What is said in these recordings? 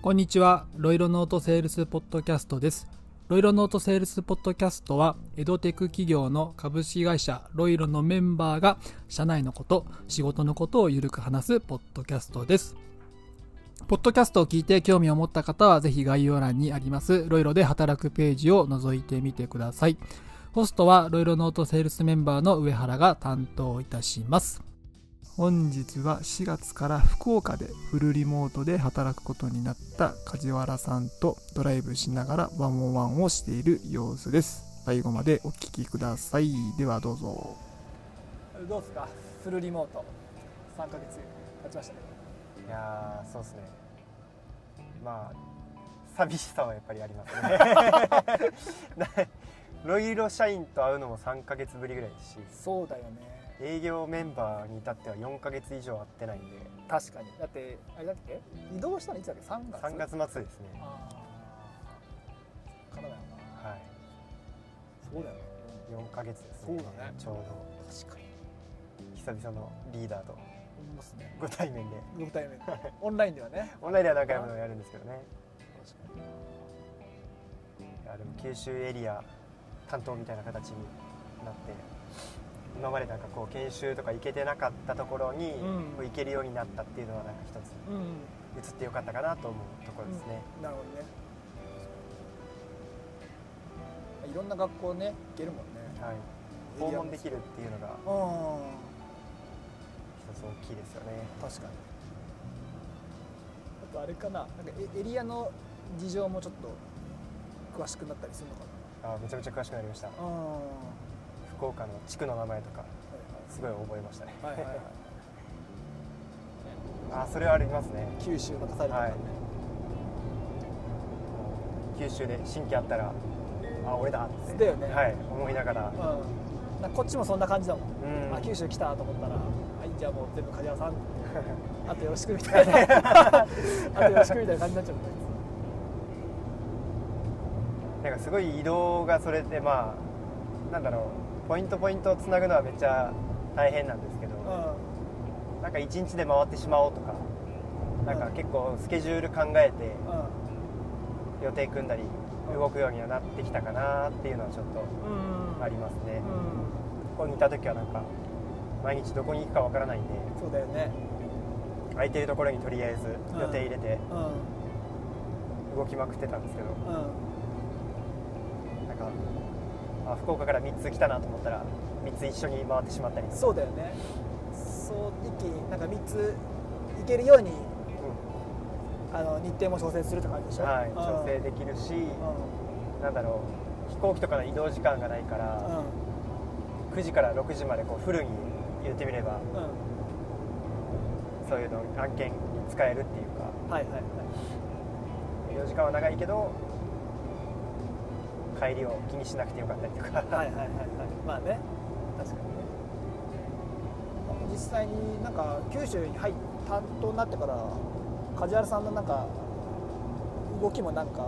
こんにちは。ロイロノートセールスポッドキャストです。ロイロノートセールスポッドキャストは、エドテク企業の株式会社ロイロのメンバーが、社内のこと、仕事のことをゆるく話すポッドキャストです。ポッドキャストを聞いて興味を持った方は、ぜひ概要欄にあります、ロイロで働くページを覗いてみてください。ホストは、ロイロノートセールスメンバーの上原が担当いたします。本日は4月から福岡でフルリモートで働くことになった梶原さんとドライブしながらワンオンワンをしている様子です最後までお聞きくださいではどうぞどうですかフルリモート3ヶ月経ちましたねいやーそうですねまあ寂しさはやっぱりありますね ロイロ社員と会うのも3ヶ月ぶりぐらいですしそうだよね営業メンバーに至っては4ヶ月以上会ってないんで確かにだってあれだっけ移動したのいつだっけ3月3月末ですねあーからだよな、はいそうだよね4ヶ月ですねそうだねちょう確かにど久々のリーダーと思いますねご対面でご対面でオンラインではねオンラインでは何回もやるんですけどね確かにいやでも九州エリア担当みたいな形になって今までなんかこう研修とか行けてなかったところにうんこう行けるようになったっていうのはなんか一つうん移ってよかったかなと思うところですね、なるほどねいろんな学校ね行けるもんねはい、訪問できるっていうのがう一つ大きいですよねん確かにあとあれかななんかエエリアの事情もちょっと詳しくなったりするのかあーめちゃめちゃ詳しくなりましたなうん福岡の地区の名前とかすごい覚えましたね、はいはいはいはいはいあーそれはありますね九州任されたからね、九州で新規あったらあ俺だってだよねはい、思いながらうんなんかこっちもそんな感じだもん、うんあ九州来たと思ったらはいじゃあもう全部梶原 さんあとよろしくみたい なあとよろしくみたいな感じになっちゃうもんねなんかすごい移動がそれでまあなんだろうポイントポイントをつなぐのはめっちゃ大変なんですけど、うなんか一日で回ってしまおうとかなんか結構スケジュール考えてんうん予定組んだり動くようにはなってきたかなっていうのはちょっとうんありますね、うここにいた時はなんか毎日どこに行くかわからないんん、でそうだよね。空いてるところにとりあえず予定入れてうん、うん、動きまくってたんですけどなんかあ福岡から3つ来たなと思ったら3つ一緒に回ってしまったり、そうだよね。そう一気になんか三つ行けるようにうあの日程も調整するって感じでしんょ。はい、うん調整できるし、なんだろう飛行機とかの移動時間がないから、9時から6時までこうフルに言ってみればうん、うん、うん、そういうの案件に使えるっていうかはいはいはい。移動時間は長いけど帰りを気にしなくてよかったりと か、はいはいはいはい。まあね、確かにね。実際になんか九州に入っ担当になってから梶原さんのなんか動きもなんか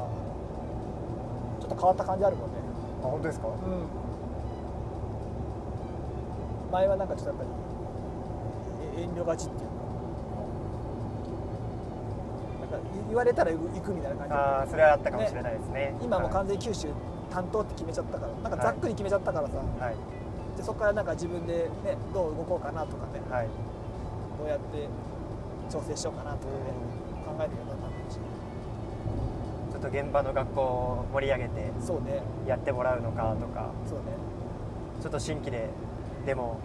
ちょっと変わった感じあるもんね。あ本当ですかうん、前はなんかちょっとやっぱりえ遠慮がちっていうかなんか言われたら行くみたいな感ああそれはあったかもしれないですねじ今もうは完全に九州担当って決めちゃったからなんかざっくり決めちゃったからさ、いはい、でそこからなんか自分で、ね、どう動こうかなとかねはいどうやって調整しようかなとかね、考えてるようになったかもしれなちょっと現場の学校を盛り上げていそうねやってもらうのかとかそうねちょっと新規ででも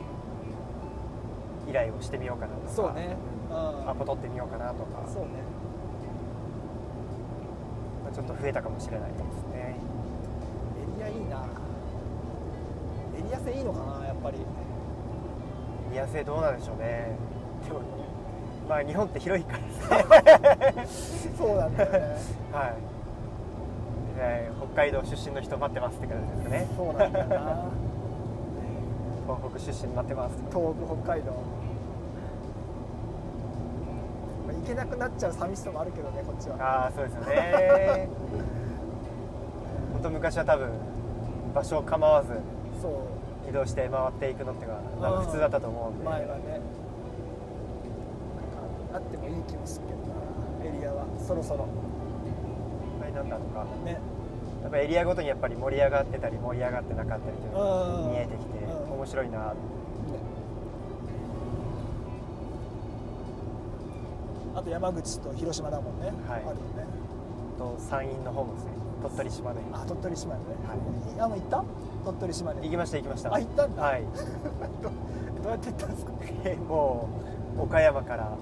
依頼をしてみようかなとかそうねうんアポ取ってみようかなとかそうねまあちょっと増えたかもしれないですねエリアいいなエリア性いいのかなやっぱりリア性どうなんでしょうねでもまあ日本って広いからですねそうなんだよねはい、えー北海道出身の人待ってますって感じですかね そうなんだよな東北出身待ってます東北北海道まあ行けなくなっちゃう寂しさもあるけどねこっちはああそうですよね本当昔は多分場所を構わずそう移動して回っていくのってのがなんか普通だったと思うんで、前はねあってもいい気もするけどなエリアはそろそろなんだとかねやっぱエリアごとにやっぱり盛り上がってたり盛り上がってなかったりというのがあ見えてきてうん面白いなってあと山口と広島だもんね、はいあるよねと山陰の方もですね鳥取島根あ鳥取島根ね、、はいあの行った鳥取島根行きました行きましたあ行ったんだはいどうやって行った んですかもう岡山から、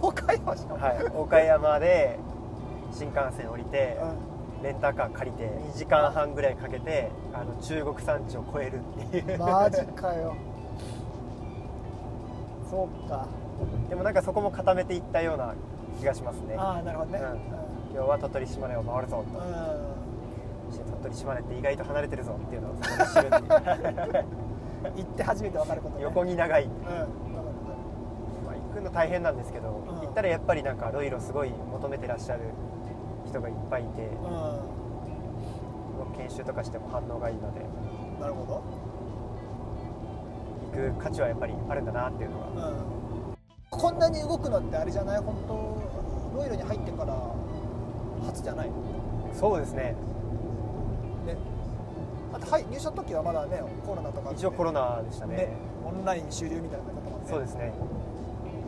岡山しかも、はい、岡山で新幹線降りてう、レンタカー借りて2時間半ぐらいかけてあの中国山地を越えるっていうんマジかよそうかでもなんかそこも固めていったような気がしますねああなるほどね、ううんん今日は鳥取島根を回るぞとうそして鳥取島根って意外と離れてるぞっていうのをそこで知るってい ん、行って初めて分かること、うね、横に長い、うん分かる分かるまあ、行くの大変なんですけど、うん行ったらやっぱりなんかロイロすごい求めてらっしゃる人がいっぱいいて、う研修とかしても反応がいいのでんなるほ行く価値はやっぱりあるんだなっていうのがど、うん、こんなに動くのってあれじゃない本当ロイロに入ってから初じゃないそうですねねあとはい入社の時はまだねコロナとかあって一応コロナでしたねねオンライン終了みたいなこともねそうですね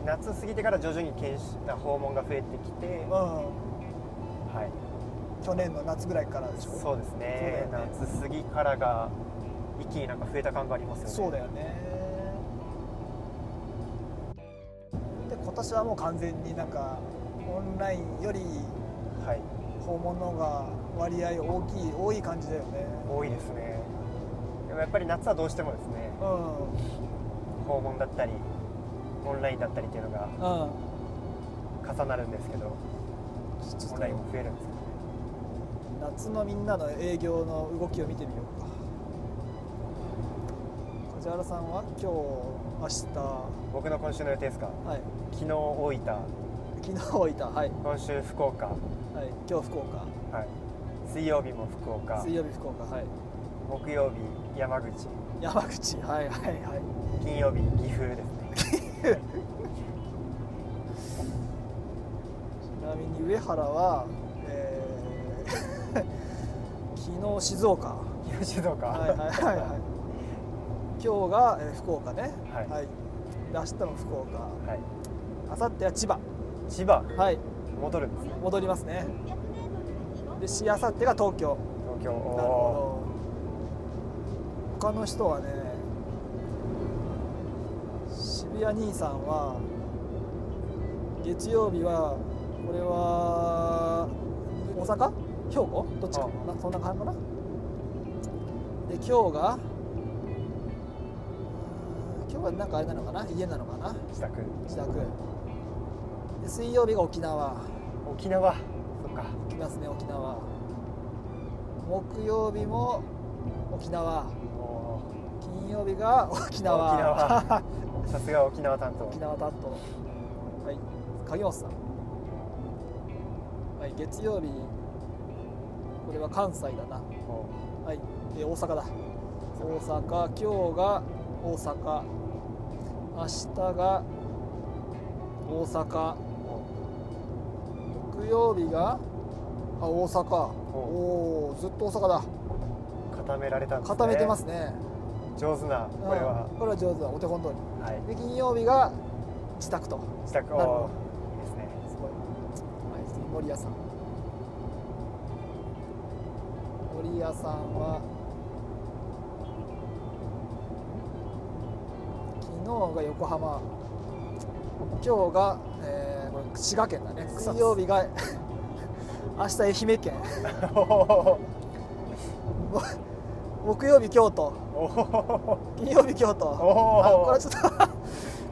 夏過ぎてから徐々に研修あ訪問が増えてきて、はい、うん去年の夏ぐらいからでしょそうですねそうだよね夏過ぎからが一気になんか増えた感がありますよねそうだよねで今年はもう完全になんかオンラインよりはい訪問の方が割合大きい多い感じだよね多いですねでもやっぱり夏はどうしてもですねうん訪問だったりオンラインだったりっていうのがうん重なるんですけどちオょっンとラインも増えるんですけど夏のみんなの営業の動きを見てみようか梶原さんは今日明日僕の今週の予定ですかはい昨日大分昨日置いたはい、今週福岡、ははい、今日福岡い、水曜日も福岡水曜日福岡はい木曜日山口山口はいはいはい金曜日岐阜ですねちなみに上原は、えー 昨日静岡広静岡はいはいはいはい今日が、えー福岡ねはいで明日も福岡はい明後日は千葉千葉はい戻るんですね戻りますねでしあさってが東京東京なるおほど他の人はね渋谷兄さんは月曜日はこれは大阪兵庫どっちかあなそんな感じかなで今日がうん今日はなんかあれなのかな家なのかなー自宅自宅で水曜日が沖縄沖縄そっか行きますね沖縄木曜日も沖縄お金曜日が沖縄沖 縄ーさすが沖縄担当沖縄担当はい影本さんはい月曜日これは関西だなおはいで大阪だ大阪今日が大阪明日が大阪ーお木曜日があ大阪おおーずっと大阪だー固められたんですね固めてますね上手なこれはうん、これは上手だお手本通はいりで金曜日が自宅と自宅なるおほーいいですねすごい、はい、次森屋さん森屋さんは昨日が横浜今日が、えーこれ滋賀県だね草津水曜日が 明日愛媛県おお木曜日京都おー金曜日京都おおあこれはちょっと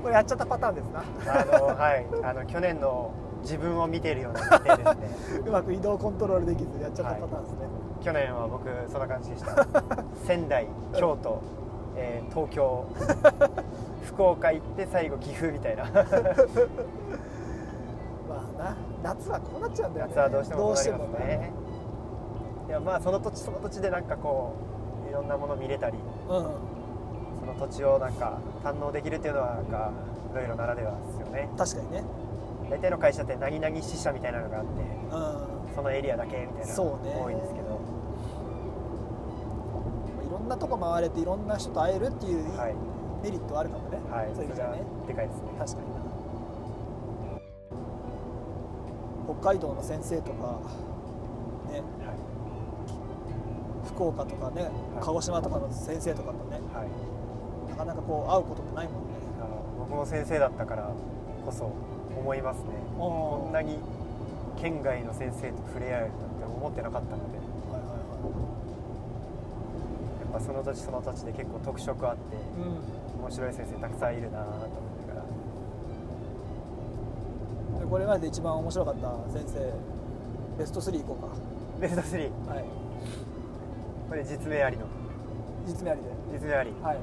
これやっちゃったパターンですなあのはいあの去年の自分を見ているような日程です ね うまく移動コントロールできずやっちゃったパターンですね、去年は僕そんな感じでした 仙台京都、えー東 京福岡行って最後岐阜みたいなまあな夏はこうなっちゃうんだよね夏はどうしてもこうなりどまうしすてもねいやまあその土地その土地でなんかこういろんなもの見れたりうその土地をなんか堪能できるっていうのはなんかいろいろならではですよねん確かにね大体の会社って何々支社みたいなのがあってうんそのエリアだけみたいなそうねの多いですけど、いろんなとこ回れていろんな人と会えるっていうはいメリットはあるかもね、はいそういう意味そじれゃはねでかいですね確かにな北海道の先生とか、はね、い福岡とかね鹿児島とかの先生とかとねはいなかなかこう会うことってないもんねあの僕も先生だったからこそ思いますねこんなに、に県外の先生と触れ合えるなんて思ってなかったのでやはいはいっぱその土地その土地で結構特色あってはいうん面白い先生たくさんいるなと思ってからでこれまでで一番面白かった先生ベスト3いこうベスト3かはいこれ実名ありの実名ありで実名ありはい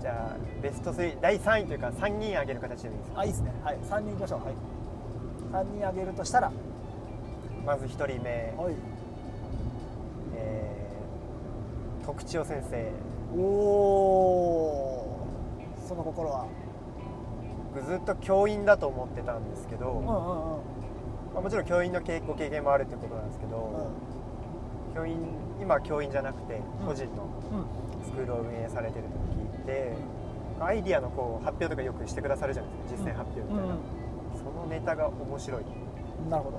じゃあベスト3第3位というか3人挙げる形でもいいですかあいいですねはい3人いきましょうはい3人あげるとしたらまず1人目、はいえー、徳千代先生おおーその心は僕ずっと教員だと思ってたんですけど、うんまうあ、もちろん教員の経ご経験もあるということなんですけど、んうん教員今は教員じゃなくてうん個人のうんスクールを運営されてると聞いて、アイディアのこう発表とかよくしてくださるじゃないですか実践発表みたいな、そのネタが面白いうんなるほど、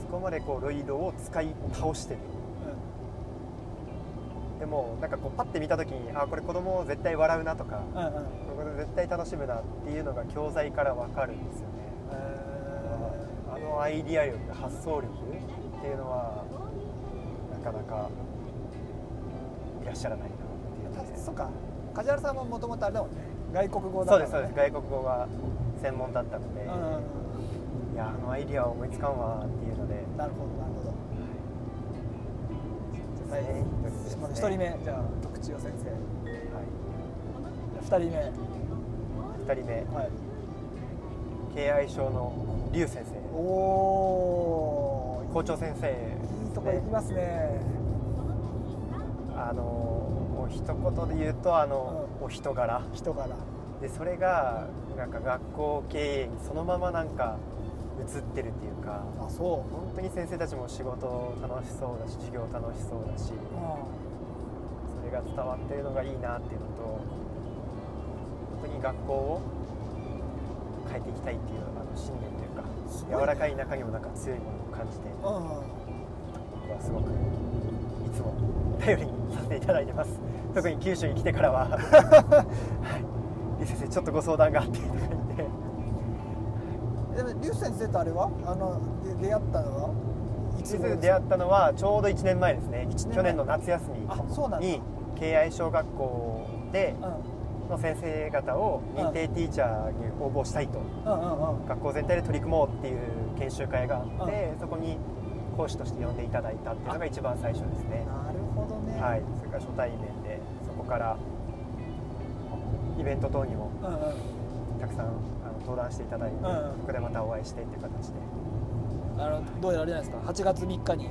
そこまでこうロイドを使い倒してるでもなんかこうパッて見た時にあこれ子供絶対笑うなとかうん、うんうんこれ絶対楽しむなっていうのが教材から分かるんですよねえあのアイディア力発想力っていうのはなかなかいらっしゃらないなっていうのでーそっか梶原さんももともとあれだもんね外国語だそうでから、すそね、うです外国語が専門だったので、うんうんいやあのアイディアは思いつかんわっていうのでうんなるほどなるほどはい、まず一一人人目、はい、目じゃあ徳千代先生二人目二人目はい敬愛称の劉先生おお校長先生いいとこ行きますねあのもう一言で言うとあの、お人柄人柄でそれがなんか学校経営にそのままなんか移ってるっていうかあそ本当に先生たちも仕事楽しそうだし授業楽しそうだしううそれが伝わってるのがいいなっていうのと本当に学校を変えていきたいっていうあの信念というかすごいね柔らかい中にもなんか強いものを感じてんうん僕はすごくいつも頼りにさせていただいてます特に九州に来てからは はい李先生ちょっとご相談があってとか言ってでも劉先生とあれはあので出会ったのはいつ先頃生と出会ったのはちょうど1年前ですね一年前去年の夏休みあそうなんだに敬愛小学校でうんの先生方を認定ティーチャーに応募したいとうんうんうん学校全体で取り組もうっていう研修会があって、そこに講師として呼んでいただいたっていうのが一番最初ですね、なるほどねはい、それから初対面でそこからイベント等にもうんたくさんあの登壇していただいて、うんそこでまたお会いしてっていう形でうんあのどうやらあれじゃないですか8月3日に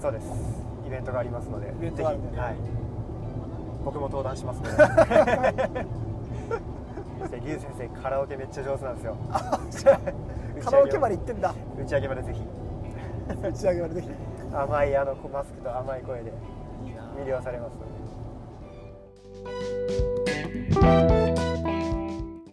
そうですイベントがありますのでイベントがあるんだぜひ、はい、僕も登壇しますの でそして劉先生カラオケめっちゃ上手なんですよカラオケまでで行ってんだ打ち上げまでぜひ打ち上げまでできて甘いあのマスクと甘い声でいいな魅了されますので